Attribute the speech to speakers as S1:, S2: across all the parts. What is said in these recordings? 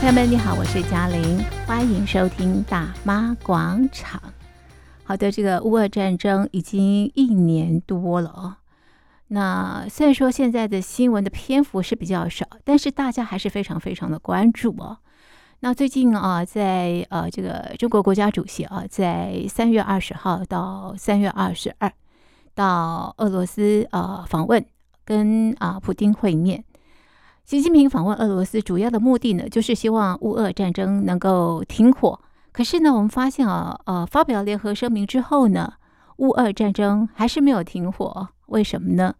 S1: 朋友们，你好，我是嘉玲，欢迎收听《大妈广场》。好的，这个乌俄战争已经一年多了哦。那虽然说现在的新闻的篇幅是比较少，但是大家还是非常非常的关注哦。那最近啊，在呃这个中国国家主席啊，在三月二十号到三月二十二到俄罗斯呃访问，跟啊、普丁会面。习近平访问俄罗斯主要的目的呢，就是希望乌俄战争能够停火。可是呢，我们发现啊，呃，发表联合声明之后呢，乌俄战争还是没有停火，为什么呢？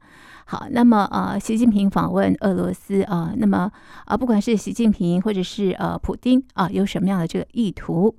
S1: 好，那么呃，习近平访问俄罗斯啊、呃那么啊、呃不管是习近平或者是呃普丁啊、有什么样的这个意图？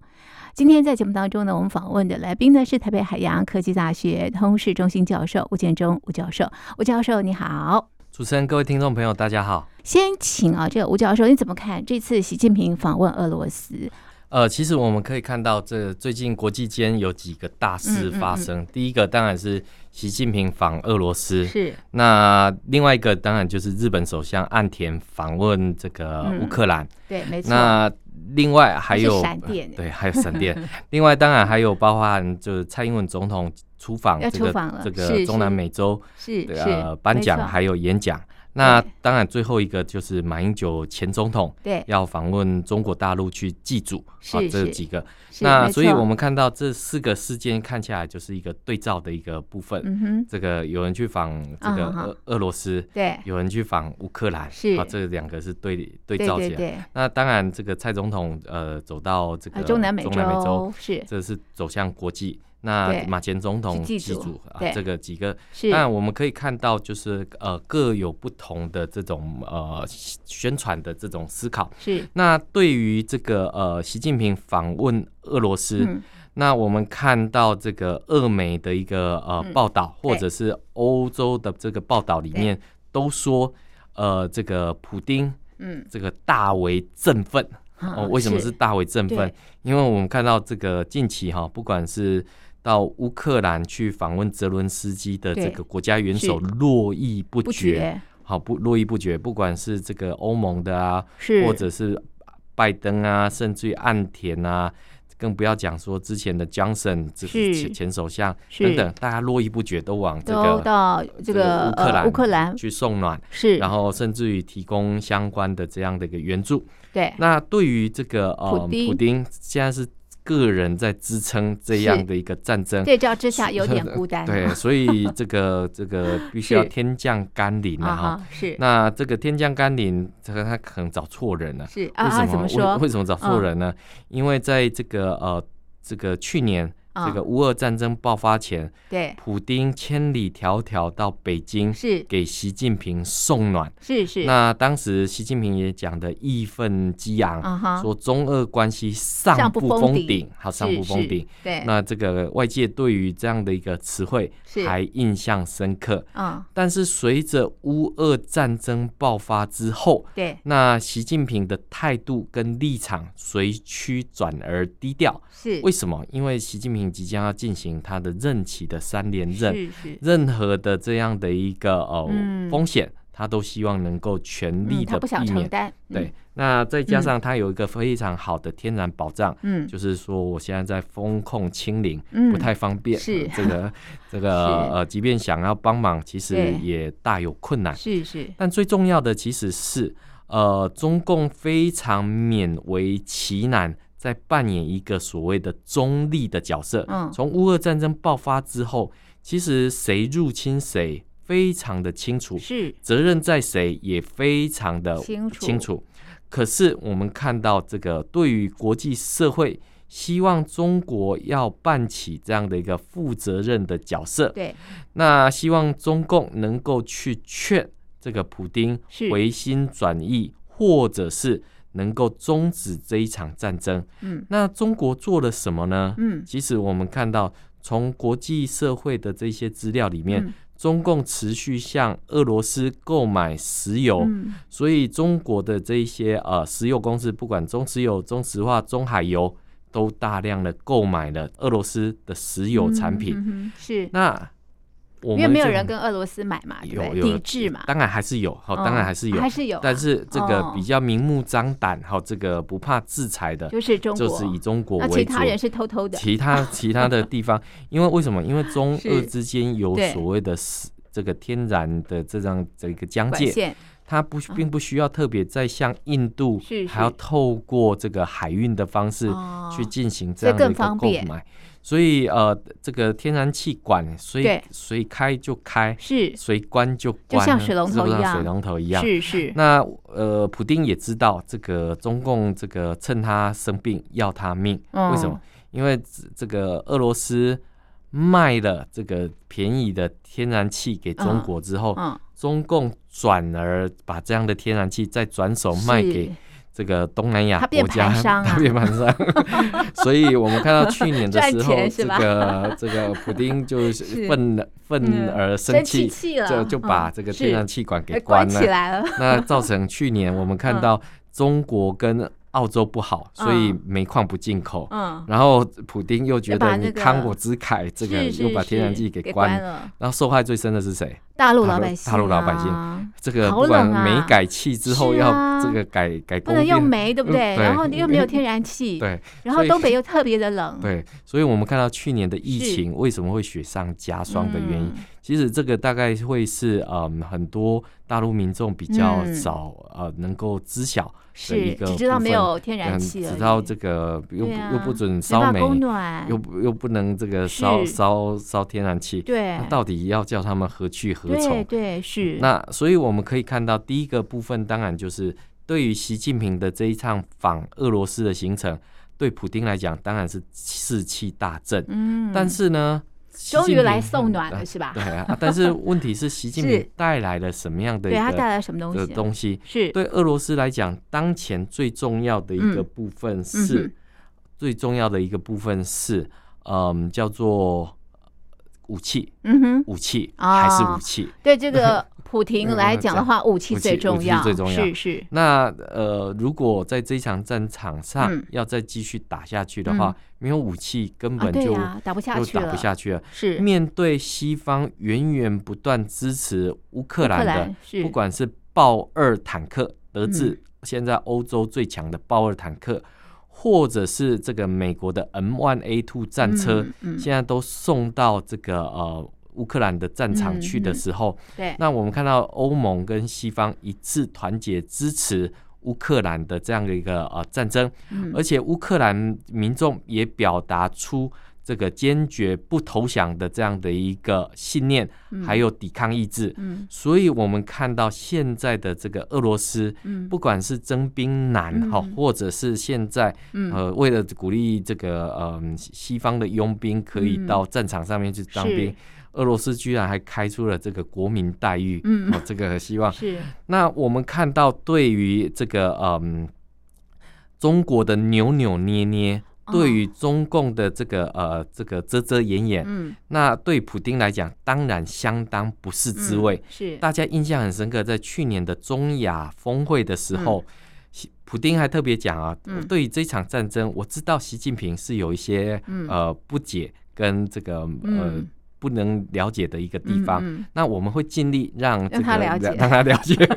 S1: 今天在节目当中呢，我们访问的来宾呢是台北海洋科技大学通识中心教授吴建中吴教授，吴教授你好。
S2: 主持人，各位听众朋友，大家好。
S1: 先请啊，这个吴教授，你怎么看这次习近平访问俄罗斯？
S2: 呃，其实我们可以看到，这最近国际间有几个大事发
S1: 嗯
S2: 生。第一个当然是习近平访俄罗斯，
S1: 是
S2: 那另外一个当然就是日本首相岸田访问这个
S1: 嗯
S2: 乌克兰。
S1: 对，没错。
S2: 那另外还
S1: 是
S2: 有
S1: 闪电
S2: 对，还有闪电。另外当然还有包含就是蔡英文总统出访
S1: 要
S2: 这
S1: 出访
S2: 个
S1: 了
S2: 这
S1: 是是
S2: 个中南美洲
S1: 是
S2: 的
S1: 是、
S2: 呃颁
S1: 没
S2: 奖
S1: 错
S2: 还有演讲。那
S1: 对
S2: 当然最后一个就是马英九前总统。
S1: 对，
S2: 要访问中国大陆去祭祖，啊
S1: 是
S2: 这
S1: 是
S2: 几个。
S1: 是
S2: 那
S1: 没
S2: 所以
S1: 错
S2: 我们看到这四个事件看起来就是一个对照的一个部分。
S1: 嗯哼，
S2: 这个有人去访这个
S1: 啊哈
S2: 俄俄罗斯，
S1: 对
S2: 有人去访乌克兰，
S1: 是
S2: 啊，这两个是对对
S1: 对
S2: 照
S1: 对
S2: 起来。
S1: 对，
S2: 那当然，这个蔡总统呃走到这个
S1: 啊，中南美
S2: 中南美洲，
S1: 是
S2: 这是走向国际。那
S1: 对
S2: 马前总统
S1: 去
S2: 祭
S1: 祭祖
S2: 祖啊
S1: 对，
S2: 这个几个
S1: 是
S2: 但我们可以看到，就是呃各有不同的这种呃宣传的这种思考。
S1: 是
S2: 那对于这个呃习近平访问俄罗斯，
S1: 嗯
S2: 那我们看到这个俄媒的一个呃、
S1: 嗯
S2: 报道，
S1: 对
S2: 或者是欧洲的这个报道里面，都说呃这个普丁
S1: 嗯，
S2: 这个大为振奋。
S1: 哦
S2: 哦，为什么是大为振奋
S1: 对？
S2: 因为我们看到这个近期哈，不管是到乌克兰去访问泽伦斯基的
S1: 对
S2: 这个国家元首
S1: 是
S2: 络绎不
S1: 不
S2: 绝，好不络绎不绝，不管是这个欧盟的啊，
S1: 是
S2: 或者是拜登啊，甚至于岸田啊，更不要讲说之前的 Johnson 这
S1: 是
S2: 是前前首相
S1: 是
S2: 等等，大家络绎不绝都往这
S1: 都
S2: 个
S1: 到这个
S2: 乌克
S1: 呃
S2: 兰
S1: 乌克兰
S2: 去送暖，
S1: 是，
S2: 然后甚至于提供相关的这样的一个援助。
S1: 对
S2: 那对于这个呃
S1: 普丁
S2: 现在是个人在支撑这样的一个战争，
S1: 对照之下有点孤单， 啊
S2: 对，所以这个这个必须要
S1: 是
S2: 天降甘霖
S1: 啊
S2: 啊哈。
S1: 哈是
S2: 那这个天降甘霖，这个他可能找错人了。
S1: 是啊
S2: 为
S1: 啊
S2: 什
S1: 怎么
S2: 为
S1: 说嗯
S2: 为什么找错人呢？因为在这个呃这个去年。
S1: 啊
S2: 这个乌俄战争爆发前，
S1: 对
S2: 普丁千里迢迢到北京
S1: 是
S2: 给习近平送暖。
S1: 是是
S2: 那当时习近平也讲的义愤激昂，
S1: 啊哈
S2: 说中俄关系上不
S1: 上不封
S2: 封
S1: 顶
S2: 顶，好，上
S1: 是
S2: 不封
S1: 是哎
S2: 顶。
S1: 对
S2: 那这个外界对于这样的一个词汇
S1: 是
S2: 还印象深刻，
S1: 啊
S2: 但是随着乌俄战争爆发之后，
S1: 对
S2: 那习近平的态度跟立场随趋转而低调。
S1: 是
S2: 为什么？因为习近平即将要进行他的任期的三连任，
S1: 是是
S2: 任何的这样的一个呃、
S1: 嗯
S2: 风险，他都希望能够全
S1: 嗯
S2: 力
S1: 他
S2: 的
S1: 不想
S2: 避免
S1: 承。担，嗯
S2: 对，那再加上它有一个非常好的天然保障，
S1: 嗯
S2: 就是说我现在在风控清零，
S1: 嗯
S2: 不太方便。
S1: 是
S2: 这个 这
S1: 是
S2: 个呃，即便想要帮忙，其实
S1: 对
S2: 也大有困难。
S1: 是是
S2: 但最重要的其实是，呃，中共非常勉为其难。在扮演一个所谓的中立的角色。
S1: 嗯
S2: 从乌俄战争爆发之后，其实谁入侵谁非常的清楚，
S1: 是
S2: 责任在谁也非常的
S1: 清楚
S2: 可是我们看到这个对于国际社会，希望中国要扮起这样的一个负责任的角色，
S1: 对
S2: 那希望中共能够去劝这个普丁
S1: 是
S2: 回心转意，或者是能够终止这一场战争。
S1: 嗯
S2: 那中国做了什么呢？
S1: 嗯
S2: 其实我们看到，从国际社会的这些资料里面，
S1: 嗯
S2: 中共持续向俄罗斯购买石油，
S1: 嗯
S2: 所以中国的这一些呃石油公司，不管中石油、中石化、中海油，都大量的购买了俄罗斯的石油产品。
S1: 嗯嗯嗯嗯是
S2: 那我
S1: 因为
S2: 们
S1: 没有
S2: 这
S1: 人跟俄罗斯买嘛，对不
S2: 有
S1: 对？
S2: 有
S1: 抵制嘛，
S2: 当然还是有，好、
S1: 哦
S2: 当然还是有，
S1: 还是有啊，
S2: 但是这个
S1: 哦
S2: 比较明目张胆，好、这个不怕制裁的，
S1: 就是中国，啊
S2: 就是以中国
S1: 那
S2: 为
S1: 其
S2: 主。
S1: 他人是偷偷的，
S2: 其他其他的 地方，因为为什么？因为中
S1: 是
S2: 俄之间有
S1: 对
S2: 所谓的是这个天然的这样这个疆
S1: 管
S2: 界，
S1: 线
S2: 它不需并不需要特别再像印度
S1: 嗯是
S2: 还要
S1: 是
S2: 透过这个海运的方式
S1: 哦
S2: 去进行
S1: 所
S2: 这
S1: 以
S2: 样的
S1: 更
S2: 一个
S1: 方
S2: 购
S1: 便
S2: 买，所以呃，这个天然气管随
S1: 对
S2: 随开就开，
S1: 是
S2: 随关就
S1: 就
S2: 关
S1: 像
S2: 了，
S1: 水龙
S2: 是
S1: 头
S2: 不
S1: 一
S2: 是像
S1: 样
S2: 水龙头一样。
S1: 是是，
S2: 那呃，普丁也知道这个中共这个趁他生病要他命，
S1: 哦嗯
S2: 为什么？因为这这个俄罗斯卖了这个便宜的天然气给中国之后，
S1: 嗯？
S2: 中共转而把这样的天然气再转手
S1: 嗯，
S2: 卖
S1: 是
S2: 给这个东南亚
S1: 它
S2: 国
S1: 变
S2: 家，
S1: 盘商啊
S2: 它变盘商 所以我们看到去年的时候
S1: 赚钱，是
S2: 这
S1: 吧
S2: 个这个普丁就是是愤愤
S1: 嗯
S2: 而
S1: 生
S2: 生
S1: 气
S2: 气，
S1: 气了，
S2: 就就把
S1: 嗯
S2: 这个
S1: 是
S2: 天然气管给
S1: 哎
S2: 关
S1: 关
S2: 了
S1: 起。来了，
S2: 那造成去年我们看到中国跟澳洲不好，所以
S1: 嗯
S2: 煤矿不进口。
S1: 嗯，
S2: 然后普丁又觉
S1: 就把
S2: 得你
S1: 那个
S2: 康果之凯这个
S1: 是是
S2: 又把天然
S1: 是
S2: 气给
S1: 给
S2: 关了，
S1: 了，
S2: 然后受害最深的是谁？
S1: 大陆
S2: 大
S1: 老
S2: 陆
S1: 百姓啊，
S2: 大陆老百姓这个
S1: 好
S2: 不管
S1: 冷啊
S2: 煤改气之后
S1: 是
S2: 要
S1: 啊
S2: 这个改改
S1: 不
S2: 供
S1: 能
S2: 电，
S1: 用煤，对不
S2: 嗯
S1: 对？然
S2: 对
S1: 后又没有天然气，
S2: 对
S1: 然后
S2: 所以
S1: 东北又特别的冷，
S2: 对，所以我们看到去年的疫
S1: 是
S2: 情为什么会雪上加霜的原因，
S1: 嗯，
S2: 其实这个大概会是嗯很多大陆民众比较
S1: 嗯
S2: 少呃能够知晓的一
S1: 是
S2: 个
S1: 只知道
S2: 部
S1: 没
S2: 分
S1: 有天然
S2: 嗯
S1: 气而已，
S2: 直到这个又不、
S1: 对啊
S2: 又不准
S1: 没
S2: 烧
S1: 办
S2: 煤
S1: 法，供暖，
S2: 又不又不能这个烧
S1: 是
S2: 烧烧天然气，
S1: 对
S2: 那，到底要叫他们何去何
S1: 对
S2: 从？
S1: 对是，
S2: 嗯那所以我们可以看到，第一个部分当然就是对于习近平的这一趟访俄罗斯的行程，对普丁来讲当然是士气大振。
S1: 嗯，
S2: 但是呢，习
S1: 终于
S2: 近平
S1: 来送暖了，
S2: 啊
S1: 是吧
S2: 对？啊，但是问题是习近
S1: 是
S2: 平带来了什么样的 一
S1: 对他带
S2: 个
S1: 来什么东
S2: 的
S1: 西？
S2: 东西？
S1: 是，
S2: 对俄罗斯来讲，当前最重要的一个
S1: 嗯
S2: 部分
S1: 嗯
S2: 是，
S1: 哼
S2: 最重要的一个部分是，嗯，叫做武器，
S1: 嗯哼，
S2: 武器、
S1: 啊
S2: 还是武器。
S1: 对这 个普廷
S2: 嗯
S1: 来讲的话，武器
S2: 武器
S1: 最重
S2: 武
S1: 要，
S2: 器最重要
S1: 是是，
S2: 那呃，如果在这一场战场上、
S1: 嗯
S2: 要再继续打下去的话，
S1: 嗯
S2: 没有武器根
S1: 啊，
S2: 本
S1: 对
S2: 就、
S1: 呀，打不下
S2: 就
S1: 去
S2: 打
S1: 了，
S2: 不下去了。
S1: 是
S2: 面对西方源源不断支持乌克
S1: 乌
S2: 兰
S1: 克
S2: 的，
S1: 兰是嗯
S2: 不管是豹二坦克，得知现在欧洲最强的豹二坦克，或者是这个美国的 M1A2 战车，
S1: 嗯，嗯
S2: 现在都送到这个呃乌克兰的战
S1: 嗯
S2: 场去的时候，
S1: 对，
S2: 那我们看到欧盟跟西方一致团结支持。乌克兰的这样的一个呃战争，
S1: 嗯
S2: 而且乌克兰民众也表达出这个坚决不投降的这样的一个信念，
S1: 嗯
S2: 还有抵抗意志。
S1: 嗯
S2: 所以，我们看到现在的这个俄罗斯，
S1: 嗯
S2: 不管是征兵难哈，
S1: 嗯
S2: 或者是现在
S1: 嗯
S2: 呃，为了鼓励这个嗯西西方的佣兵可以
S1: 嗯
S2: 到战场上面去当
S1: 是
S2: 兵，俄罗斯居然还开出了这个国民待遇，
S1: 嗯
S2: 哦，这个希望。
S1: 是
S2: 那我们看到对于这个嗯中国的扭扭捏捏，
S1: 哦
S2: 对于中共的这个呃这个遮遮掩掩，
S1: 嗯
S2: 那对普丁来讲，当然相当不是滋味。
S1: 嗯是
S2: 大家印象很深刻，在去年的中亚峰会的时候，习普丁还特别讲啊，
S1: 嗯
S2: 对于这场战争，我知道习近平是有一些、
S1: 嗯
S2: 呃不解跟这个呃、
S1: 嗯
S2: 不能了解的一个地
S1: 嗯
S2: 方。
S1: 嗯
S2: 那我们会尽力让这个
S1: 他了解
S2: 让他了解。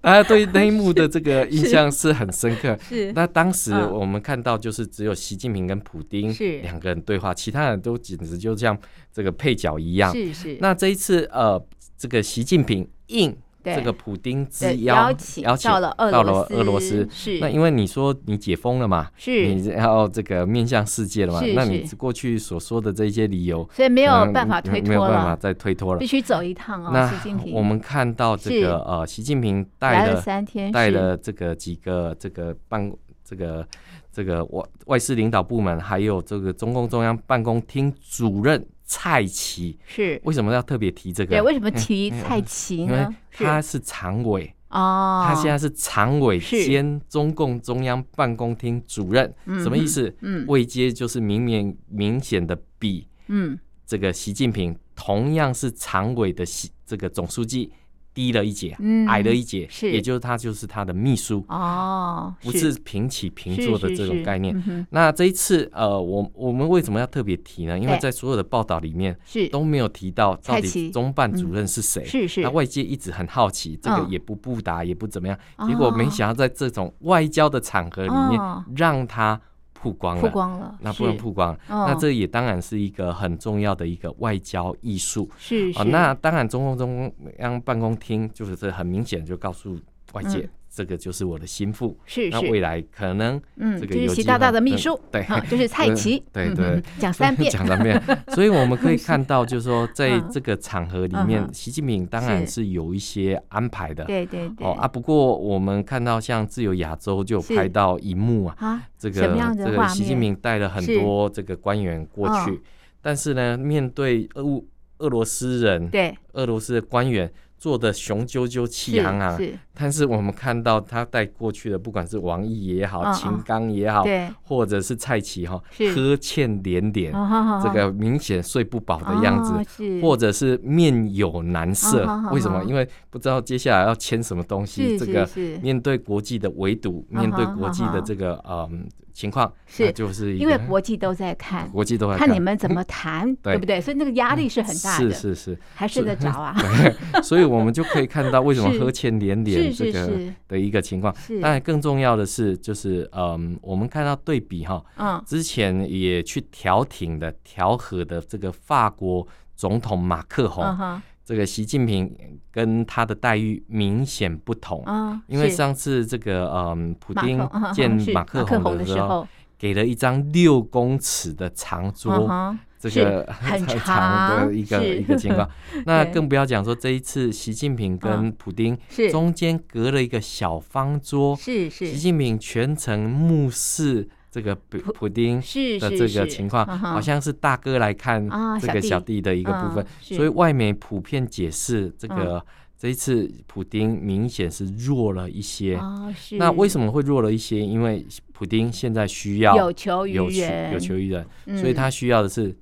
S2: 大家对那一幕的这个印象是很深刻。
S1: 是
S2: 那当时
S1: 嗯
S2: 我们看到，就是只有习近平跟普丁
S1: 是
S2: 两个人对话，其他人都简直就像这个配角一样。
S1: 是是
S2: 那这一次，呃，这个习近平应
S1: 对
S2: 这个普丁之
S1: 对
S2: 邀
S1: 请到了俄
S2: 到
S1: 罗
S2: 了俄罗斯。
S1: 是
S2: 那因为你说你解封了嘛，
S1: 是，
S2: 你要这个面向世界了嘛
S1: 是，
S2: 那你
S1: 是
S2: 过去所说的这些理由，
S1: 所以没
S2: 没
S1: 有办法推
S2: 没有
S1: 脱
S2: 办法
S1: 了，
S2: 再推脱了
S1: 必。须走一趟哦，
S2: 那
S1: 习近平
S2: 我们看到这
S1: 是
S2: 个呃，习近平带
S1: 来了
S2: 了
S1: 三天，
S2: 带
S1: 是
S2: 了这个几个这个办这个这个外外事领导部门，还有这个中共中央办公厅主任蔡奇。
S1: 是
S2: 为什么要特别提这个？
S1: 对，为什么提蔡奇
S2: 嗯因为
S1: 呢？是
S2: 他是常委，
S1: 哦，
S2: 他现在是常委
S1: 是
S2: 兼中共中央办公厅主任，
S1: 嗯
S2: 什么意思？
S1: 嗯
S2: 位阶就是明明明显的比
S1: 嗯
S2: 这个习近平同样是常委的习这个总书记低了一截，
S1: 嗯
S2: 矮了一截，
S1: 是
S2: 也就是他就是他的秘书，
S1: 哦，
S2: 不是平起平坐的这种概念。，
S1: 是是嗯哼
S2: 那这一次，呃，我我们为什么要特别提呢？因为
S1: 对
S2: 在所有的报道里面
S1: 是
S2: 都没有提到到
S1: 蔡奇
S2: 底中办主
S1: 嗯
S2: 任是谁。
S1: 是是
S2: 那，外界一直很好奇，这个
S1: 嗯
S2: 也不不答，也不怎么样。
S1: 哦
S2: 结果没想到在这种外交的场合里面，
S1: 哦
S2: 让他曝光了。
S1: 曝光了，
S2: 那
S1: 是
S2: 不能曝光了，
S1: 哦
S2: 那这也当然是一个很重要的一个外交艺术
S1: 是
S2: 啊。
S1: 是
S2: 那当然，中共中央办公厅就是这很明显就告诉外界，
S1: 嗯
S2: 这个就是我的心腹。
S1: 是
S2: 那
S1: 是，
S2: 未来可能
S1: 嗯，就
S2: 这个
S1: 是
S2: 有
S1: 习
S2: 机
S1: 大大
S2: 会
S1: 的秘
S2: 嗯
S1: 书，
S2: 对
S1: 嗯，就是蔡
S2: 对
S1: 奇，
S2: 对
S1: 嗯
S2: 对
S1: 哼，讲三遍，
S2: 讲 三遍。所以我们可以看到，就是说，在
S1: 嗯
S2: 这个场合里
S1: 嗯
S2: 面，
S1: 哼
S2: 习近平当然
S1: 是
S2: 是有一些安排的。
S1: 对对对，
S2: 哦啊，不过我们看到像自由亚洲就有
S1: 是
S2: 拍到一幕啊，
S1: 啊，
S2: 这
S1: 什
S2: 个
S1: 么样的
S2: 这
S1: 画
S2: 个习近
S1: 面
S2: 平带了很
S1: 是
S2: 多这个官员过
S1: 嗯
S2: 去，但是呢，面对俄乌俄罗斯人、
S1: 对，
S2: 俄罗斯的官员做的雄赳赳气
S1: 是
S2: 昂昂，
S1: 是，
S2: 但是我们看到他带过去的，不管是王毅也好，
S1: 嗯
S2: 秦
S1: 嗯
S2: 刚也好，
S1: 对，
S2: 或者是蔡奇哈，
S1: 是
S2: 呵欠连连，
S1: 哦好好
S2: 这
S1: 好
S2: 个明显睡不饱的样子。
S1: 哦是
S2: 或者是面有难色，
S1: 嗯好好
S2: 为什
S1: 好
S2: 么？因为不知道接下来要签什么东西。
S1: 是
S2: 这
S1: 是
S2: 个
S1: 是
S2: 面对国际的围堵，
S1: 嗯
S2: 面对
S1: 好
S2: 国际
S1: 好
S2: 的这个嗯情况，
S1: 是
S2: 那就是一
S1: 因为
S2: 个
S1: 国际都在看，
S2: 国际都在嗯
S1: 看你们怎么谈，对
S2: 对嗯
S1: 不对？所以那个压力是很大
S2: 是
S1: 的，
S2: 是是，
S1: 还睡得
S2: 是
S1: 着啊？
S2: 对，所以我们就可以看到为什么
S1: 是
S2: 呵欠连
S1: 是
S2: 连这
S1: 是
S2: 个
S1: 是
S2: 的一个情况。
S1: 是，
S2: 当然，更重要的是，就是嗯，我们看到对比哈，
S1: 嗯，
S2: 之前也去调停的、调和的这个法国总统马克宏，
S1: 嗯哼，
S2: 这个习近平跟他的待遇明显不同。
S1: 嗯，
S2: 因为
S1: 是
S2: 上次这个嗯，普
S1: 马
S2: 丁
S1: 克 嗯
S2: 见
S1: 嗯是
S2: 马
S1: 马
S2: 克
S1: 克
S2: 宏
S1: 宏
S2: 的
S1: 的
S2: 时
S1: 时
S2: 候，
S1: 候，
S2: 给了一张六公尺的长
S1: 嗯
S2: 桌，
S1: 哼，
S2: 这
S1: 是
S2: 个
S1: 很
S2: 长
S1: 长
S2: 的一个
S1: 是
S2: 一个 情况。那
S1: 对
S2: 更不要讲说这一次习近平跟
S1: 嗯
S2: 普丁
S1: 是
S2: 中间隔了一个小方桌，
S1: 是
S2: 习
S1: 是
S2: 近平全程目视这个普普丁
S1: 是
S2: 的
S1: 是
S2: 这
S1: 是
S2: 个情况，
S1: 嗯哼
S2: 好像是大哥来看
S1: 啊
S2: 这
S1: 小
S2: 个
S1: 弟
S2: 小弟的一个部分
S1: 嗯，是嗯
S2: 所以外媒普遍解释这个这一次普丁明显是弱了一些。
S1: 哦，是
S2: 那为什么会弱了一些？因为普丁现在需要
S1: 有求于
S2: 有求
S1: 人，
S2: 有求于人，
S1: 嗯
S2: 所以他需要的是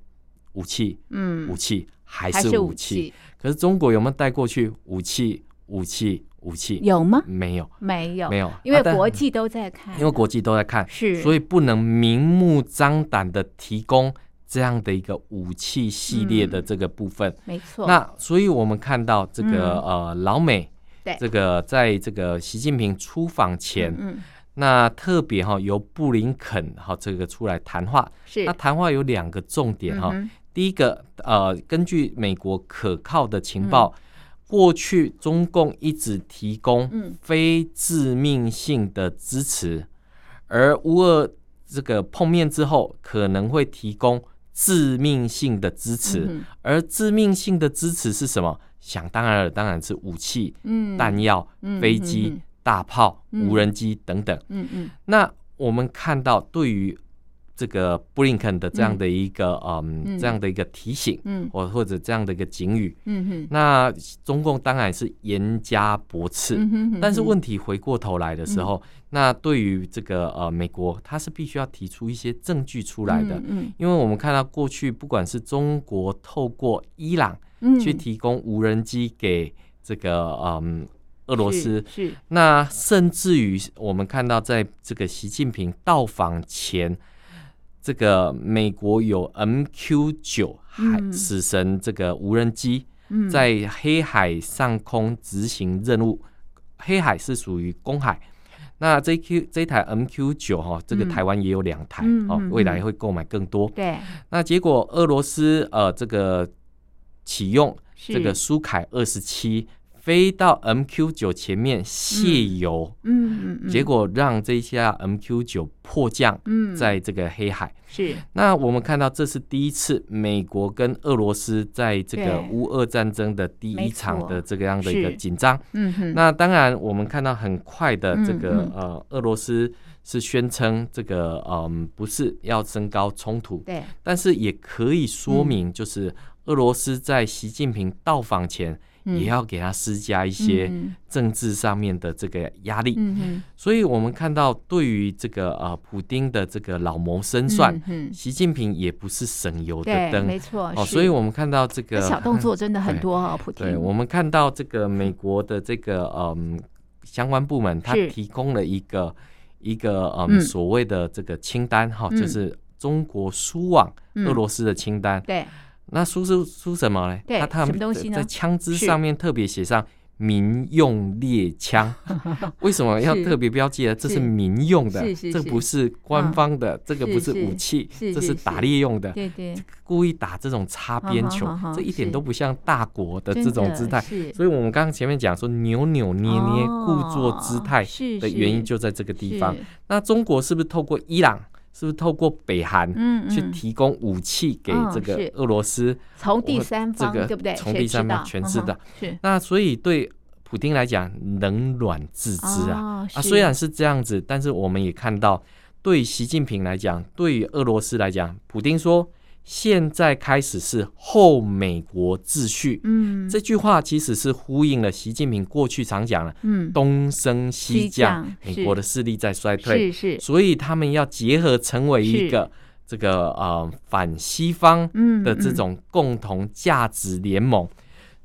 S2: 武器，
S1: 嗯
S2: 武器还
S1: 还
S2: 是
S1: 是
S2: 武
S1: 武
S2: 器。，可是中国有没有带过去武器？武器？武器？
S1: 有吗？
S2: 没有，
S1: 没有，
S2: 没有，
S1: 因为
S2: 啊但
S1: 国际都在看，
S2: 因为国际都在看，
S1: 是
S2: 所以不能明目张胆的提供这样的一个武器系列的
S1: 嗯
S2: 这个部分。
S1: 没错，
S2: 那所以我们看到这个、
S1: 嗯
S2: 呃老美
S1: 对，
S2: 这个在这个习近平出访前，
S1: 嗯嗯
S2: 那特别哈、由布林肯哈、这个出来谈话。
S1: 是
S2: 那谈话有两个重点哈、
S1: 嗯哼
S2: 第一个呃根据美国可靠的情报。过去中共一直提供
S1: 嗯
S2: 非致命性的支持，而乌俄这个碰面之后可能会提供致命性的支持，
S1: 嗯
S2: 而致命性的支持是什么？想当然了，当然是武器、
S1: 嗯
S2: 弹药、
S1: 嗯嗯
S2: 飞
S1: 嗯
S2: 机
S1: 嗯、
S2: 大炮、
S1: 嗯
S2: 无人机等等。
S1: 嗯嗯
S2: 那我们看到对于这个布林肯的这样的一个嗯
S1: 嗯
S2: 这样的一个提醒，
S1: 嗯
S2: 或或者这样的一个警语，
S1: 嗯哼
S2: 那中共当然是严加驳斥。
S1: 嗯哼哼
S2: 但是
S1: 哼
S2: 问题回过头来的时候，那对于这个呃美国，它是必须要提出一些证据出来的，
S1: 嗯
S2: 因为我们看到过去不管是中国透过伊朗
S1: 嗯
S2: 去提供无人机给这个嗯俄罗斯，
S1: 是是
S2: 那甚至于我们看到在这个习近平到访前。这个美国有 MQ 九海
S1: 嗯
S2: 死神这个无人机，
S1: 嗯
S2: 在黑海上空执行任务。黑海是属于公海。那 JQ 这一台 MQ 九哈，这个
S1: 嗯
S2: 台湾也有两台、
S1: 嗯
S2: 哦
S1: 嗯，
S2: 未来会购买更多。
S1: 对
S2: 那结果俄罗斯呃这个启用
S1: 是
S2: 这个苏凯二十七飞到 MQ 九前面泄油，
S1: 嗯嗯嗯
S2: 结果让这一架 MQ 九迫降
S1: 嗯
S2: 在这个黑海。
S1: 是
S2: 那我们看到，这是第一次美国跟俄罗斯在这个
S1: 对
S2: 乌俄战争的第一场的这个样的一个
S1: 是
S2: 紧张。
S1: 嗯哼
S2: 那当然，我们看到很快的这个、
S1: 嗯
S2: 呃，俄罗斯是宣称这个嗯不是要升高冲突，
S1: 对嗯
S2: 但是也可以说明，就是俄罗斯在习近平到访前
S1: 嗯
S2: 也要给他施加一些
S1: 嗯
S2: 政治上面的这个压力。
S1: 嗯嗯
S2: 所以我们看到，对于这个呃普丁的这个老谋深
S1: 嗯
S2: 算，
S1: 嗯嗯
S2: 习近平也不是省油的
S1: 对，
S2: 灯
S1: 没错，
S2: 哦。
S1: 是
S2: 所以我们看到这
S1: 那
S2: 个
S1: 小动作真的很多哦，普
S2: 对，
S1: 京，
S2: 我们看到这个美国的这个嗯相关部门，它
S1: 是
S2: 提供了一个一个
S1: 嗯
S2: 嗯所谓的这个清单哈，
S1: 嗯
S2: 就是中国输往
S1: 嗯
S2: 俄罗斯的清单。
S1: 对
S2: 那输是输什么呢？
S1: 对
S2: 它它
S1: 什么东西呢
S2: 在枪支
S1: 是
S2: 上面特别写上。民用猎枪， 为什么要
S1: 是
S2: 特别标记呢？这
S1: 是
S2: 是民用的
S1: 是是，
S2: 这
S1: 是
S2: 不是官
S1: 嗯
S2: 方的，这个
S1: 是
S2: 不是
S1: 是
S2: 武器，
S1: 是
S2: 这
S1: 是
S2: 是
S1: 是
S2: 打猎用的。
S1: 对对，
S2: 故意打这种擦边球
S1: 好好好，
S2: 这一点
S1: 是
S2: 都不像大国的
S1: 真
S2: 这种姿态。
S1: 是哦
S2: 所以，我们刚刚前面讲说扭扭捏捏、故作姿态的原因就在这个地方。那中国是不是透过伊朗，是不是透过北韩
S1: 嗯
S2: 去
S1: 嗯，
S2: 提供武器给
S1: 嗯
S2: 这个
S1: 是
S2: 俄罗斯？
S1: 从第三
S2: 这
S1: 方
S2: 个
S1: 对不对？
S2: 从
S1: 谁
S2: 第
S1: 知
S2: 三方
S1: 道
S2: 全
S1: 嗯
S2: 知
S1: 哼
S2: 道
S1: 是
S2: 那所以对普丁来讲，冷暖自知啊。
S1: 啊
S2: 啊，虽然是这样子，但是我们也看到，对习近平来讲，对于俄罗斯来讲，普丁说现在开始是后美国秩序。
S1: 嗯
S2: 这句话其实是呼应了习近平过去常讲的
S1: 嗯
S2: 东升
S1: 西
S2: 西降，
S1: 降
S2: 美国的势力在衰退，
S1: 是是
S2: 所以他们要结合成为一个这个呃反西方
S1: 嗯
S2: 的这
S1: 嗯
S2: 种共同价值联盟，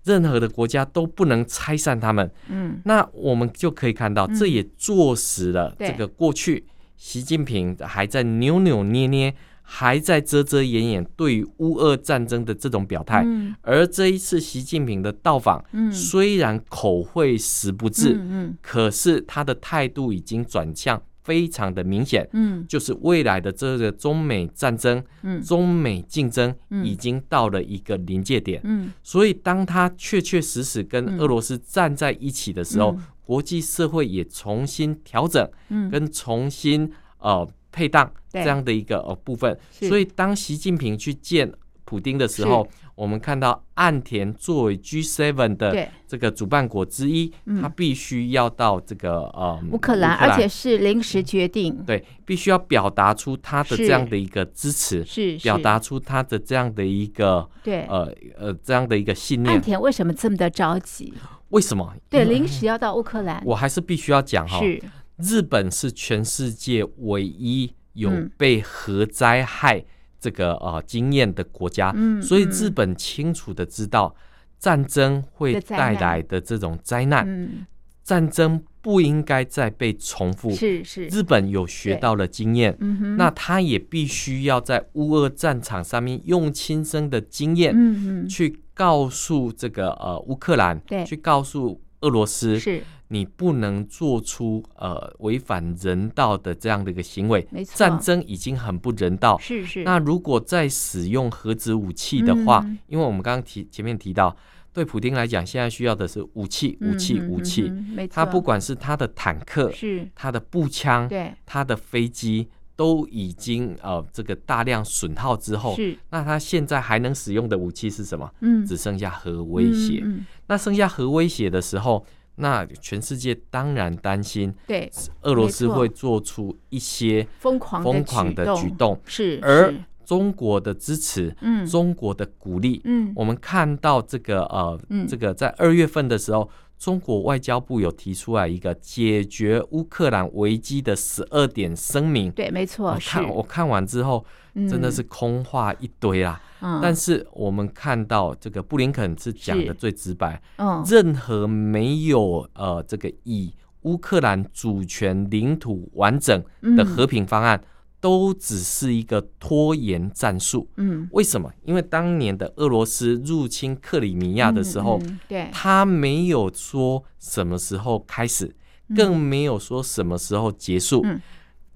S2: 任何的国家都不能拆散他们。
S1: 嗯
S2: 那我们就可以看到，
S1: 嗯
S2: 这也坐实了
S1: 对
S2: 这个过去习近平还在扭扭捏捏，还在遮遮掩掩对于乌俄战争的这种表态。
S1: 嗯
S2: 而这一次习近平的到访，
S1: 嗯
S2: 虽然口惠实不至，
S1: 嗯
S2: 可是他的态度已经转向非常的明显，
S1: 嗯
S2: 就是未来的这个中美战争、
S1: 嗯
S2: 中美竞争
S1: 嗯
S2: 已经到了一个临界点。
S1: 嗯
S2: 所以，当他确确实实跟
S1: 嗯
S2: 俄罗斯站在一起的时候，
S1: 嗯
S2: 国际社会也重新调整
S1: 嗯
S2: 跟重新呃配档
S1: 对
S2: 这样的一个呃部分。
S1: 是
S2: 所以，当习近平去见普丁的时候，我们看到岸田作为 G7 的
S1: 对
S2: 这个主办国之一，
S1: 嗯
S2: 他必须要到这个呃
S1: 乌克兰，而且是临时决定，
S2: 对必须要表达出他
S1: 是
S2: 的这样的一个支持，
S1: 是是
S2: 表达出他的这样的一个
S1: 对。
S2: 呃呃这样的一个信
S1: 岸
S2: 念。
S1: 田为什么这么的着急？
S2: 为什么？
S1: 对，
S2: 因为
S1: 临时要到乌克兰，
S2: 我还是必须要讲哈，
S1: 是
S2: 日本是全世界唯一有
S1: 嗯
S2: 被核灾害这个、呃经验的国家，
S1: 嗯
S2: 所以
S1: 嗯
S2: 日本清楚的知道战争会
S1: 的灾
S2: 带
S1: 难
S2: 来的这种灾难，
S1: 嗯
S2: 战争不应该再被重复。
S1: 是是，
S2: 日本有学
S1: 对
S2: 到了经验，
S1: 嗯哼，
S2: 那他也必须要在乌俄战场上面用亲身的经验，
S1: 嗯嗯
S2: 去告诉这个呃乌克兰
S1: 对，
S2: 去告诉俄罗斯，
S1: 是
S2: 你不能做出呃违反人道的这样的一个行为。
S1: 没错，
S2: 战争已经很不人道，
S1: 是是
S2: 那如果再使用核子武器的话，
S1: 嗯
S2: 因为我们刚刚提前面提到，对普丁来讲，现在需要的是武器，武器，
S1: 嗯
S2: 武器。，
S1: 嗯嗯没错，
S2: 他不管是他的坦克、
S1: 是
S2: 他的步枪、
S1: 对
S2: 他的飞机，都已经呃这个大量损耗之后，
S1: 是
S2: 那他现在还能使用的武器是什么？
S1: 嗯
S2: 只剩下核威胁。
S1: 嗯嗯嗯
S2: 那剩下核威胁的时候，那全世界当然担心
S1: 嗯对
S2: 俄罗斯
S1: 没错
S2: 会做出一些
S1: 疯狂
S2: 疯狂的举
S1: 动
S2: 动，
S1: 是，
S2: 而
S1: 是
S2: 中国的支持、
S1: 嗯
S2: 中国的鼓励，
S1: 嗯
S2: 我们看到这个呃，
S1: 嗯
S2: 这个在二月份的时候。中国外交部有提出来一个解决乌克兰危机的十二点声明，
S1: 对没错
S2: 我
S1: 是
S2: 看我看完之后真的是空话一堆啦。
S1: 嗯
S2: 但是我们看到这个布林肯是讲
S1: 是
S2: 的最直白，
S1: 嗯
S2: 任何没有呃这个以乌克兰主权领土完整的
S1: 嗯
S2: 和平方案，都只是一个拖延战术。
S1: 嗯
S2: 为什么？因为当年的俄罗斯入侵克里米亚的时候，
S1: 嗯嗯对
S2: 他没有说什么时候开始，更没有说什么时候结束。
S1: 嗯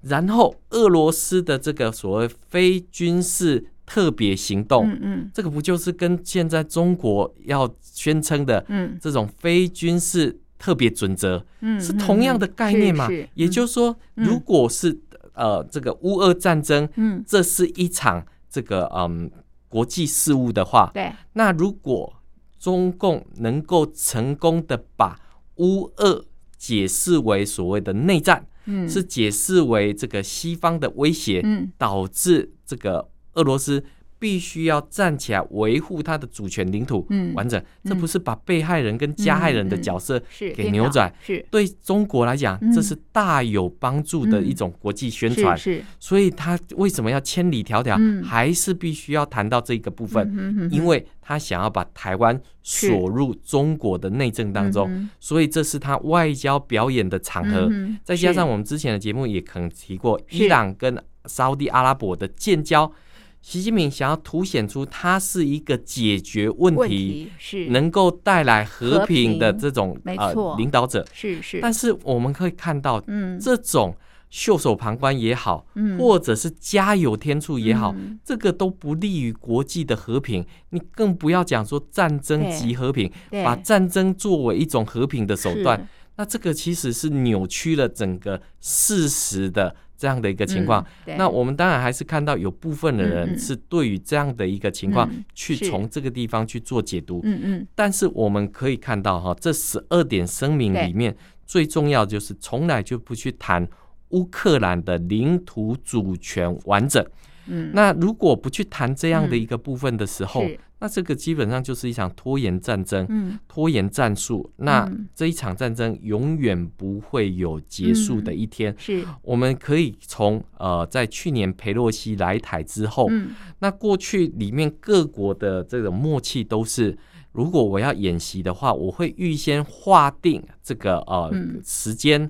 S2: 然后，俄罗斯的这个所谓非军事特别行动，
S1: 嗯嗯
S2: 这个不就是跟现在中国要宣称的
S1: 嗯
S2: 这种非军事特别准则、
S1: 嗯
S2: 是同样的概念嘛？也就是说，
S1: 嗯
S2: 如果是呃这个乌俄战争，
S1: 嗯
S2: 这是一场这个嗯国际事务的话，
S1: 对
S2: 那如果中共能够成功的把乌俄解释为所谓的内战，
S1: 嗯
S2: 是解释为这个西方的威胁，
S1: 嗯
S2: 导致这个俄罗斯必须要站起来维护他的主权领土
S1: 嗯
S2: 完整。这
S1: 嗯
S2: 不是把被害人跟加害人的
S1: 嗯嗯
S2: 角色
S1: 是
S2: 给
S1: 颠
S2: 扭
S1: 倒
S2: 转
S1: 是
S2: 对中国来讲，这
S1: 嗯
S2: 是大有帮助的一
S1: 嗯
S2: 种国际宣
S1: 是
S2: 传。
S1: 是
S2: 所以他为什么要千里迢迢，
S1: 嗯
S2: 还是必须要谈到这个部分，
S1: 分
S2: 因为他想要把台湾锁入中国的内政当中，
S1: 嗯
S2: 所以这是他外交表演的场合。再加上
S1: 我
S2: 我们之前的节目也可能提过，
S1: 嗯是
S2: 伊朗跟沙地阿拉伯的建交，习近平想要凸显出他是一个解决问
S1: 问
S2: 题、
S1: 题是
S2: 能够带来和
S1: 和
S2: 平的
S1: 平
S2: 这种
S1: 没
S2: 呃
S1: 错
S2: 领导者。
S1: 是是，
S2: 但是我们可以看到，
S1: 嗯
S2: 这种袖手旁观也好，
S1: 嗯
S2: 或者是加油添醋也好，
S1: 嗯
S2: 这个都不利于国际的和平。你更不要讲说战争
S1: 对
S2: 即和平，
S1: 对
S2: 把战争作为一种和平的手段
S1: 是，
S2: 那这个其实是扭曲了整个事实的这样的一个情况。
S1: 嗯对
S2: 那我们当然还是看到有部分的
S1: 嗯
S2: 人
S1: 嗯
S2: 是对于这样的一个情况
S1: 嗯
S2: 去
S1: 是
S2: 从这个地方去做解读，
S1: 嗯嗯
S2: 但是我们可以看到哈，这十二点声明里面最重要就是从来就不去谈乌克兰的领土主权完整。
S1: 嗯，
S2: 那如果不去谈这样的一个部分的时候，
S1: 是
S2: 那这个基本上就是一场拖延战争。
S1: 嗯
S2: 拖延战术，那
S1: 嗯
S2: 这一场战争永远不会有结束的一天。
S1: 是
S2: 我们可以从呃，在去年佩洛西来台之后，
S1: 嗯
S2: 那过去里面各国的这种默契都是，如果我要演习的话，我会预先划定这个呃、
S1: 嗯
S2: 时间、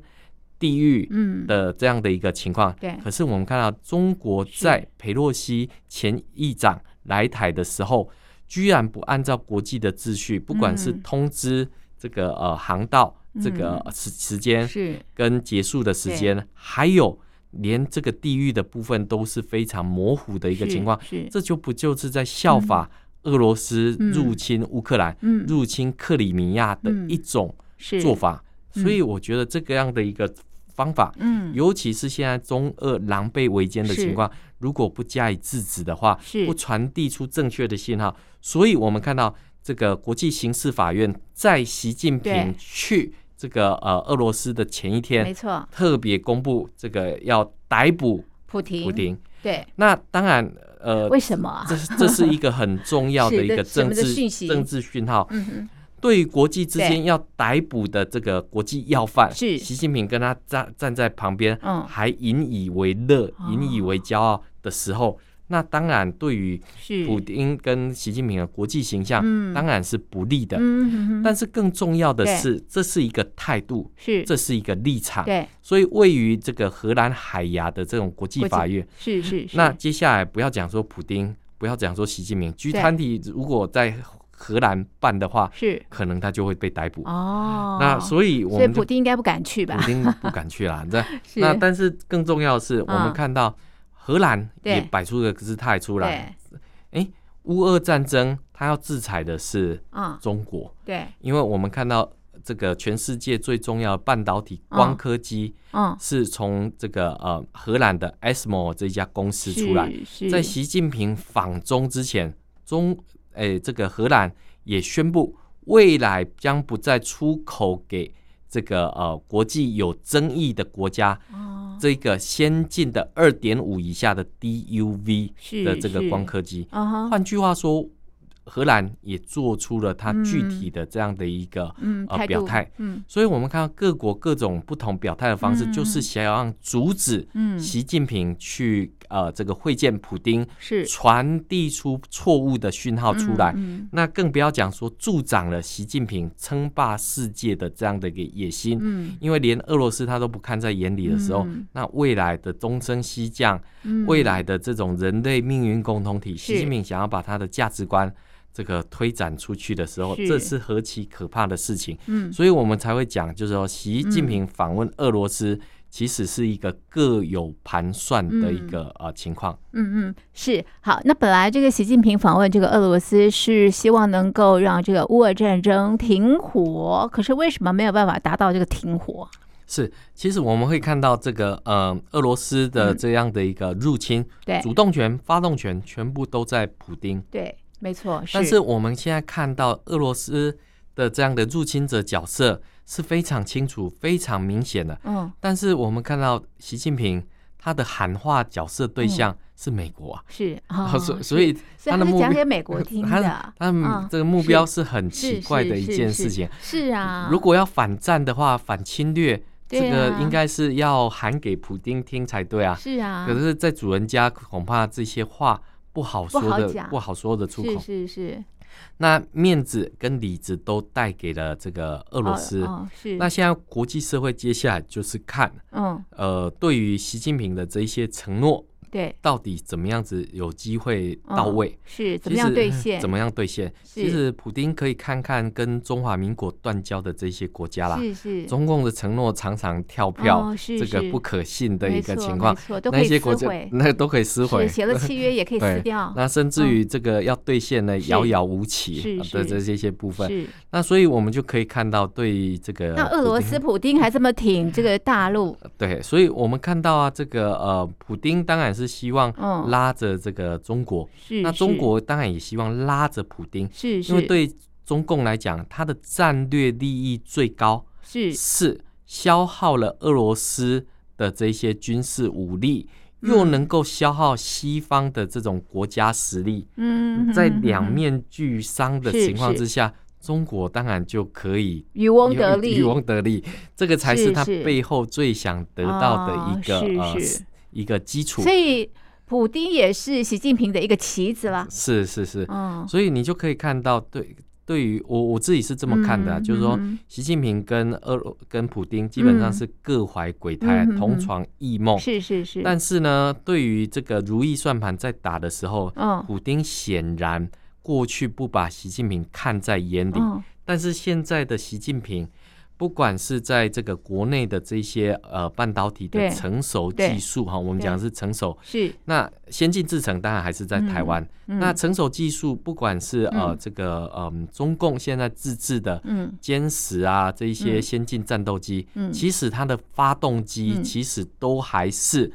S2: 地域
S1: 嗯
S2: 的这样的一个情况。
S1: 对
S2: 可是我们看到中国
S1: 是
S2: 在佩洛西前议长来台的时候，居然不按照国际的秩序，不管是
S1: 嗯
S2: 通知这个呃航道、这个
S1: 嗯
S2: 呃时时间
S1: 是
S2: 跟结束的时间，还有连这个地域的部分都是非常模糊的一个
S1: 是
S2: 情况。
S1: 是
S2: 这就不就是在效法俄罗斯
S1: 嗯
S2: 入侵乌克兰、
S1: 嗯
S2: 入侵克里米亚的一种
S1: 是
S2: 做法？
S1: 嗯
S2: 所以我觉得这个样的一个方法，
S1: 嗯
S2: 尤其是现在中俄狼狈为奸的
S1: 是
S2: 情况，如果不加以制止的话，
S1: 是
S2: 不传递出正确的信号，所以我们看到这个国际刑事法院在习近
S1: 对
S2: 平去这个呃俄罗斯的前一
S1: 没
S2: 天，
S1: 错，
S2: 特别公布这个要逮捕
S1: 普提
S2: 普京。
S1: 对，
S2: 那当然，呃，
S1: 嗯为什么啊？
S2: 这是这是一个很重要的
S1: 是
S2: 一个
S1: 这什
S2: 政
S1: 么的
S2: 治
S1: 讯息
S2: 政治讯号。
S1: 嗯哼
S2: 对于国际之
S1: 对
S2: 间要逮捕的这个国际要犯，
S1: 是
S2: 习近平跟他站站在旁边，
S1: 嗯哦
S2: 还引以为乐、引以为骄傲的时候，那当然对于
S1: 是
S2: 普京跟习近平的国际形象，
S1: 嗯
S2: 当然是不利的。
S1: 嗯哼哼
S2: 但是更重要的
S1: 对
S2: 是，这是一个态度，
S1: 是
S2: 这是一个立场。
S1: 对
S2: 所以，位于这个荷兰海牙的这种国际
S1: 国际
S2: 法院，
S1: 是是是
S2: 那接下来不要讲说普丁，不要讲说习近平，G
S1: 对
S2: 团体如果在荷兰办的话，
S1: 是
S2: 可能他就会被逮捕。
S1: 哦，
S2: 那所以我
S1: 所以
S2: 们
S1: 普
S2: 就
S1: 丁应该不敢去吧
S2: 普？丁不敢去啦。那
S1: 是嗯
S2: 那但是更重要的是，我们看到荷兰
S1: 对
S2: 也摆出了姿态出来。
S1: 对，
S2: 乌俄战争，他要制裁的是
S1: 嗯
S2: 中国，
S1: 对，
S2: 因为我们看到这个全世界最重要的半导体
S1: 嗯
S2: 光刻机
S1: 嗯
S2: 是从这个呃荷兰的 ASML 这家公司出来。
S1: 是
S2: 在
S1: 是
S2: 习近平访中之前，中诶、这个荷兰也宣布，未来将不再出口给这个呃国际有争议的国家
S1: 哦
S2: 这个先进的二点五以下的 DUV
S1: 是
S2: 的这个
S1: 是
S2: 光刻机。
S1: 啊哈
S2: 换句话说，荷兰也做出了它具
S1: 嗯
S2: 体的这样的一个、
S1: 嗯
S2: 呃
S1: 态
S2: 表
S1: 度
S2: 态
S1: 嗯
S2: 所以我们看到各国各种不同表态的方式，
S1: 嗯
S2: 就是想要让阻止
S1: 嗯
S2: 习近平去呃这个会见普丁，
S1: 是
S2: 传递出错误的讯号出来。
S1: 嗯
S2: 那更不要讲说助长了习近平称霸世界的这样的一个野心，
S1: 嗯
S2: 因为连俄罗斯他都不看在眼里的时候，
S1: 嗯
S2: 那未来的东升西降，
S1: 嗯
S2: 未来的这种人类命运共同体，
S1: 是
S2: 习近平想要把他的价值观这个推展出去的时候，
S1: 是
S2: 这是何其可怕的事情。
S1: 嗯
S2: 所以我们才会讲，就是说，习近平访问俄罗
S1: 嗯
S2: 斯，其实是一个各有盘算的一个、呃情况。
S1: 嗯嗯是好。那本来这个习近平访问这个俄罗斯是希望能够让这个乌俄战争停火，可是为什么没有办法达到这个停火？
S2: 是，其实我们会看到这个呃，俄罗斯的
S1: 嗯
S2: 这样的一个入侵，
S1: 对
S2: 主动权、发动权全部都在普丁。
S1: 对，没错，是
S2: 但是我们现在看到俄罗斯的这样的入侵者角色是非常清楚、非常明显的。
S1: 嗯
S2: 但是我们看到习近平他的喊话角色对象是美国啊，
S1: 是
S2: 啊
S1: 嗯哦，
S2: 所、所以
S1: 所以
S2: 他
S1: 他
S2: 的
S1: 是
S2: 目
S1: 讲
S2: 标
S1: 给美国听
S2: 他
S1: 的，
S2: 他们
S1: 嗯
S2: 这个目标
S1: 是
S2: 是很奇
S1: 是
S2: 怪
S1: 是
S2: 的一
S1: 是
S2: 件
S1: 是
S2: 事情。
S1: 是啊，
S2: 如果要反战的话，反侵略，
S1: 对
S2: 这
S1: 啊
S2: 个应该是要喊给普丁听才对啊。
S1: 是啊，
S2: 可是，在主人家恐怕这些话不好说
S1: 不好
S2: 的，不
S1: 讲
S2: 好说的出口。
S1: 是是是，
S2: 那面子跟里子都带给了这个俄罗斯。
S1: 哦哦是
S2: 那现在国际社会接下来就是看，
S1: 嗯
S2: 呃，对于习近平的这一些承诺，
S1: 对
S2: 到底怎么样子有机会到
S1: 嗯
S2: 位？
S1: 是
S2: 其
S1: 怎么样
S2: 实
S1: 兑现？
S2: 怎么样兑现？其
S1: 是
S2: 实普丁可以看看跟中华民国断交的这些国家啦，
S1: 是是
S2: 中共的承诺常常跳票，
S1: 哦是
S2: 这
S1: 是
S2: 个不可信的
S1: 没
S2: 一个
S1: 错
S2: 情
S1: 没
S2: 况，
S1: 错都可
S2: 那
S1: 以
S2: 些
S1: 撕
S2: 国家
S1: 毁
S2: 那都可以撕毁
S1: 是。写了契约也可以撕
S2: 对
S1: 掉，
S2: 那甚至于这个要兑现呢，
S1: 是
S2: 遥遥无期
S1: 是
S2: 啊的
S1: 是
S2: 这这些部分。
S1: 是。
S2: 那所以我们就可以看到，对于这个
S1: 那俄罗
S2: 呃普丁
S1: 斯普丁还这么挺这 个大陆，
S2: 对，所以我们看到啊，这个呃，普丁当然是希望
S1: 嗯
S2: 拉着这个中国，
S1: 是
S2: 那中
S1: 是
S2: 国当然也希望拉着普丁，
S1: 是是
S2: 因为对中共来讲，它的战略利益最高
S1: 是
S2: 是消耗了俄罗斯的这些军事武力，
S1: 嗯
S2: 又能够消耗西方的这种国家实力，
S1: 嗯
S2: 在
S1: 嗯嗯
S2: 两
S1: 嗯
S2: 面俱伤的
S1: 是
S2: 情况
S1: 是
S2: 之下，中国当然就可以。
S1: 渔翁得利，
S2: 渔翁得利，这个才
S1: 是
S2: 是他
S1: 是
S2: 背后最想得到的一个、
S1: 哦
S2: 呃
S1: 是是
S2: 一个基础
S1: 所。以普丁也是习近平的一个棋子啦。
S2: 是是是，
S1: 嗯，
S2: 所以你就可以看到，对，对于我我自己是这么看的啊、
S1: 嗯
S2: 就是说
S1: 嗯嗯，
S2: 习近平跟俄罗跟普丁基本上是各怀鬼胎，
S1: 嗯嗯嗯
S2: 同床异梦。
S1: 是是是，
S2: 哦但是呢，对于这个如意算盘在打的时候，
S1: 嗯
S2: 普丁显然过去不把习近平看在眼里，
S1: 嗯
S2: 但是现在的习近平。不管是在这个国内的这些呃半导体
S1: 对
S2: 的成熟
S1: 对
S2: 技术哈，我们
S1: 对
S2: 讲的是成熟，
S1: 是
S2: 那先进制程当然还是在台湾，
S1: 嗯
S2: 那成熟技术不管是呃
S1: 嗯
S2: 这个嗯中共现在自制的
S1: 嗯
S2: 歼十啊这一些
S1: 嗯
S2: 先进战斗机，
S1: 嗯
S2: 其实它的发动机
S1: 嗯
S2: 其实都还是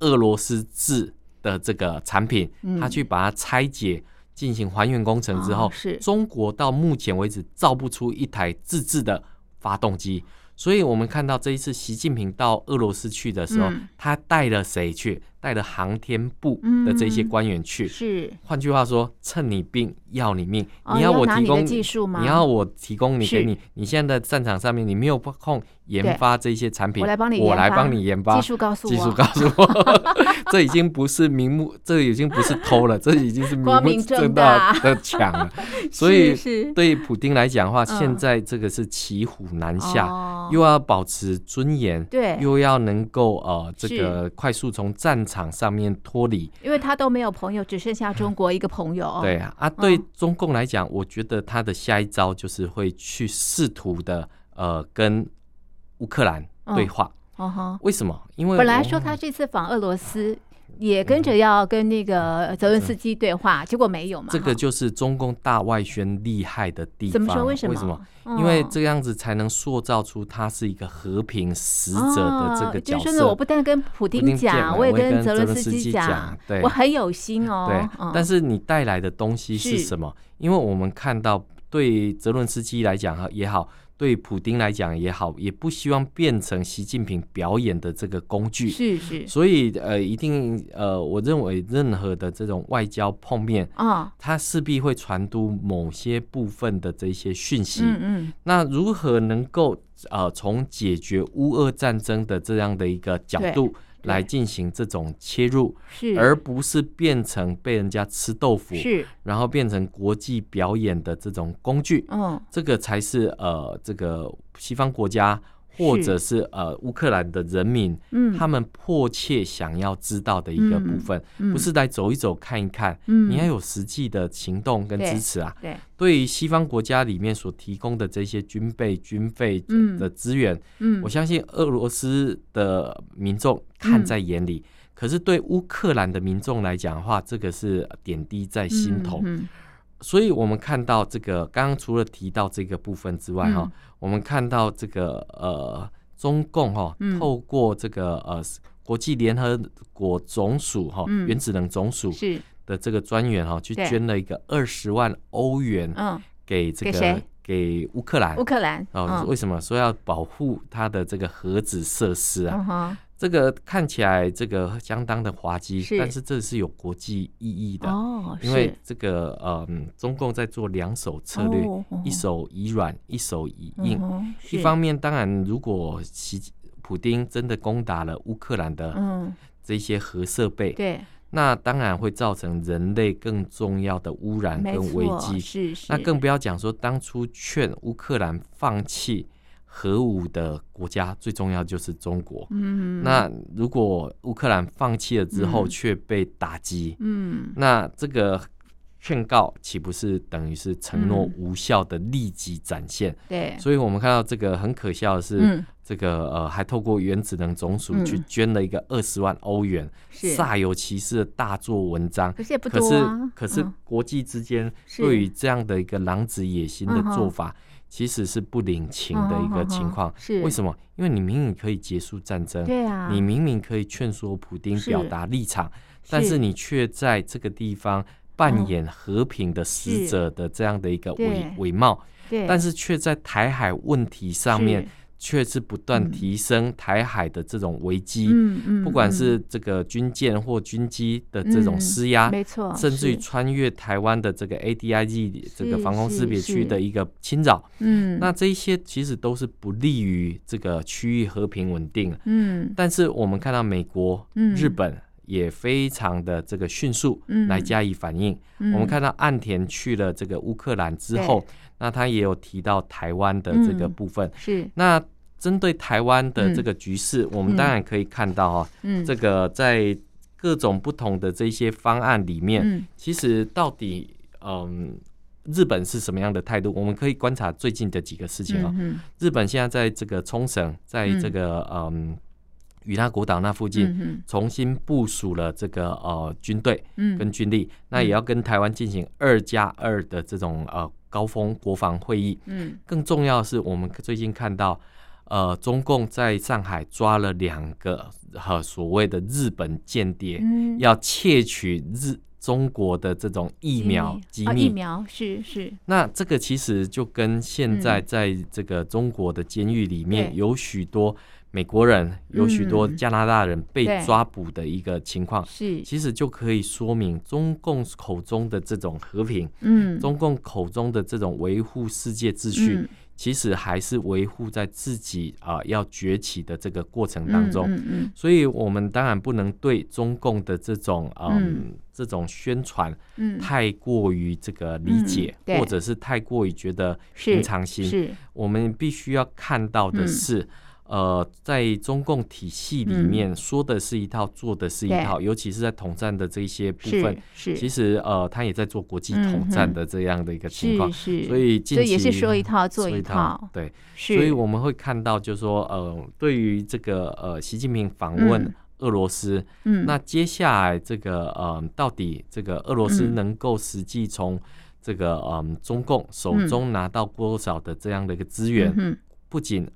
S2: 俄罗斯制的这个产品，
S1: 嗯
S2: 它去把它拆解。进行还原工程之后，
S1: 哦是
S2: 中国到目前为止造不出一台自制的发动机，所以我们看到这一次习近平到俄罗斯去的时候，
S1: 嗯
S2: 他带了谁去？带了航天部的这些官员去，
S1: 是
S2: 换句话说，趁你病要你命，
S1: 哦
S2: 你要我
S1: 要拿
S2: 提
S1: 你的
S2: 供
S1: 技术吗
S2: 你要我提供你
S1: 是
S2: 给你，你现在在战场上面你没有空
S1: 对
S2: 研发这些产品，
S1: 我来帮你
S2: 我
S1: 研
S2: 来
S1: 发
S2: 帮你研发
S1: 技。术告诉我，
S2: 技术告诉我， 这已经不是明目，这已经不是 偷了，这已经是明
S1: 光明
S2: 目
S1: 正
S2: 正
S1: 大
S2: 大的抢 了。所
S1: 是
S2: 以
S1: 是
S2: 对于普丁来讲的话，
S1: 嗯
S2: 现在这个是骑虎难下，
S1: 哦
S2: 又要保持尊严，
S1: 对
S2: 又要能够呃这
S1: 是
S2: 个快速从战场上面脱离，
S1: 因为他都没有朋友，只剩下中国一个朋友。
S2: 对，啊，啊，对
S1: 嗯
S2: 中共来讲，我觉得他的下一招就是会去试图的呃跟乌克兰对话。
S1: 哦哈。
S2: 为什么？因为
S1: 本来
S2: 我
S1: 说他这次访俄罗斯，也跟着要跟那个泽伦斯基对话，结果没有嘛。
S2: 这个
S1: 哈
S2: 就是中共大外宣厉害的地方。
S1: 怎么说？为什
S2: 什
S1: 么？
S2: 因为
S1: 嗯
S2: 这样子才能塑造出他是一个和平使者的这个角
S1: 哦、就是
S2: 色。
S1: 说呢，我不但跟普
S2: 普
S1: 丁
S2: 丁见
S1: 讲，
S2: 了
S1: 我也
S2: 我也
S1: 跟
S2: 跟
S1: 泽
S2: 泽
S1: 伦
S2: 伦
S1: 斯
S2: 斯
S1: 基
S2: 基
S1: 讲
S2: 讲，对
S1: 我很有心哦。
S2: 对，
S1: 嗯、
S2: 但是你带来的东西是
S1: 是
S2: 什么？因为我们看到，对泽伦斯基来讲哈也好，对普丁来讲也好，也不希望变成习近平表演的这个工具。
S1: 是是
S2: 所以，呃，一定，呃，我认为任何的这种外交碰面，
S1: 啊，
S2: 它势必会传递某些部分的这一些讯息。
S1: 嗯嗯，
S2: 那如何能够呃从解决乌俄战争的这样的一个角
S1: 对
S2: 度来进行这种切入，
S1: 是
S2: 而不是变成被人家吃豆腐，
S1: 是
S2: 然后变成国际表演的这种工具，
S1: 嗯
S2: 这个才是呃这个西方国家或者是呃乌克兰的人民。
S1: 嗯，
S2: 他们迫切想要知道的一个部分，
S1: 嗯
S2: 不是来走一走看一看，
S1: 嗯
S2: 你要有实际的行动跟
S1: 对
S2: 支持啊。
S1: 对，
S2: 对于西方国家里面所提供的这些军备、军费
S1: 嗯
S2: 的资源，
S1: 嗯
S2: 我相信俄罗斯的民众看
S1: 嗯
S2: 在眼里。可是对乌克兰的民众来讲的话，这个是点滴在心头。
S1: 嗯
S2: 所以我们看到这个，刚刚除了提到这个部分之外，哈、
S1: 嗯
S2: 我们看到这个呃，中共哈、
S1: 嗯
S2: 透过这个呃国际联合国总署哈、
S1: 嗯
S2: 原子能总署
S1: 嗯是
S2: 的这个专员哈、去
S1: 对
S2: 捐了一个二十万欧元，
S1: 嗯，
S2: 给这
S1: 给
S2: 个
S1: 谁
S2: 给乌克兰
S1: 乌克兰
S2: 哦，
S1: 嗯
S2: 为什么说要保护它的这个核子设施啊？
S1: 嗯哼，
S2: 这个看起来这个相当的滑稽，
S1: 是
S2: 但是这是有国际意义的，
S1: 哦，
S2: 因为这个嗯，中共在做两手策略，一
S1: 手
S2: 手以软，一手以硬。
S1: 哦嗯、
S2: 一方面，当然如果习普丁真的攻打了乌克兰的
S1: 嗯，
S2: 这些核设备，
S1: 对，
S2: 那当然会造成人类更重要的污染
S1: 没
S2: 跟危
S1: 错，
S2: 机。
S1: 是是，
S2: 那更不要讲说当初劝乌克兰放弃核武的国家，最重要就是中国。
S1: 嗯，
S2: 那如果乌克兰放弃了之后
S1: 嗯
S2: 却被打击，
S1: 嗯
S2: 那这个劝告岂不是等于是承诺
S1: 嗯
S2: 无效的立即展现？
S1: 对，
S2: 所以我们看到这个很可笑的是，
S1: 嗯
S2: 这个呃还透过原子能总署
S1: 嗯
S2: 去捐了一个二十万欧元，
S1: 是，
S2: 煞有其事的大做文章。
S1: 可是也不
S2: 可
S1: 多啊
S2: 是，可是
S1: 嗯
S2: 国际之间
S1: 是
S2: 对于这样的一个狼子野心的
S1: 嗯哼嗯
S2: 做法，其实是不领情的一个情况。
S1: 是
S2: 为什么？因为你明明可以结束战争，
S1: 嗯对啊，
S2: 你明明可以劝说普丁
S1: 是
S2: 表达立场，但是你却在这个地方
S1: 嗯
S2: 扮演和平的使者的这样的一个伪
S1: 对
S2: 伪貌，
S1: 对，
S2: 但是却在台海问题上面却是不断
S1: 嗯
S2: 提升台海的这种危机，
S1: 是，嗯嗯，
S2: 不管
S1: 嗯
S2: 是这个军舰或军机的这种施压。
S1: 没错，
S2: 甚至于
S1: 哦是
S2: 穿越台湾的这个 ADIZ 这个
S1: 是
S2: 防空识别
S1: 是
S2: 区
S1: 是
S2: 的一个侵扰，
S1: 嗯，
S2: 那这一些其实都是不利于这个区域和平稳定。
S1: 嗯
S2: 但是我们看到美国、
S1: 嗯
S2: 日本也非常的这个迅速
S1: 嗯
S2: 来加以反应。
S1: 嗯
S2: 我们看到岸田去了这个乌克兰之后，那他也有提到台湾的这个
S1: 嗯
S2: 部分。
S1: 是
S2: 那针对台湾的这个局势，我们当然可以看到啊、
S1: 嗯
S2: 这个在各种不同的这些方案里面，
S1: 嗯
S2: 其实到底嗯。日本是什么样的态度？我们可以观察最近的几个事情啊、
S1: 嗯嗯
S2: 日本现在在这个冲绳，在这个嗯与那国岛那附近、
S1: 嗯
S2: 重新部署了这个呃军队
S1: 嗯
S2: 跟军力，那也要跟台湾进行二加二的这种呃高峰国防会议。
S1: 嗯
S2: 更重要的是，我们最近看到。呃，中共在上海抓了两个和、呃所谓的日本间谍，
S1: 嗯
S2: 要窃取日中国的这种疫苗机
S1: 哦
S2: 密。
S1: 疫苗是是
S2: 那这个其实就跟现在
S1: 嗯
S2: 在这个中国的监狱里面
S1: 对
S2: 有许多美国人、有许多
S1: 嗯
S2: 加拿大人
S1: 对
S2: 被抓捕的一个情况，
S1: 是
S2: 其实就可以说明中共口中的这种和平，
S1: 嗯
S2: 中共口中的这种维护世界秩序，
S1: 嗯
S2: 其实还是维护在自己啊、呃要崛起的这个过程当中。
S1: 嗯嗯
S2: 所以，我们当然不能对中共的这种嗯
S1: 嗯
S2: 这种宣传
S1: 嗯嗯
S2: 太过于这个理解，
S1: 嗯对
S2: 或者是太过于觉得
S1: 是
S2: 平常心。
S1: 是嗯
S2: 我们必须要看到的是，呃，在中共体系里面说的是一套，做的是一套，尤其是在统战的这一些部分
S1: 是，是嗯
S2: 其实呃，他也在做国际统战的这样的一个情况
S1: 是。是，
S2: 所以近
S1: 所
S2: 期
S1: 以也是说一套做
S2: 一
S1: 一套，
S2: 对，
S1: 是
S2: 所以我们会看到，就是说，呃，对于这个呃，习近平访问
S1: 嗯
S2: 俄罗斯，
S1: 嗯
S2: 那接下来这个呃，到底这个俄罗斯
S1: 嗯
S2: 能够实际从这个嗯、中共手中拿到多少的这样的一个资源？
S1: 嗯哼
S2: 不仅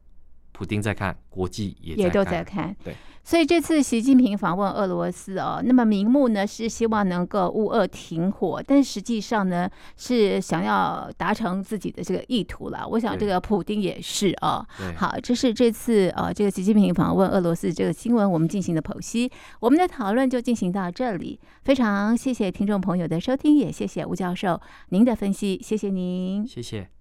S2: 普丁在看，国际也
S1: 也
S2: 在
S1: 都
S2: 看
S1: 在看。
S2: 对，
S1: 所以这次习近平访问俄罗斯哦，那么名目呢是希望能够乌俄停火，但实际上呢是想要达成自己的这个意图了。我想
S2: 对
S1: 这个普丁也是哦。
S2: 对，
S1: 好，这是这次呃这个习近平访问俄罗斯这个新闻我们进行的剖析，我们的讨论就进行到这里。非常谢谢听众朋友的收听，也谢谢吴教授您的分析，谢谢您。
S2: 谢谢。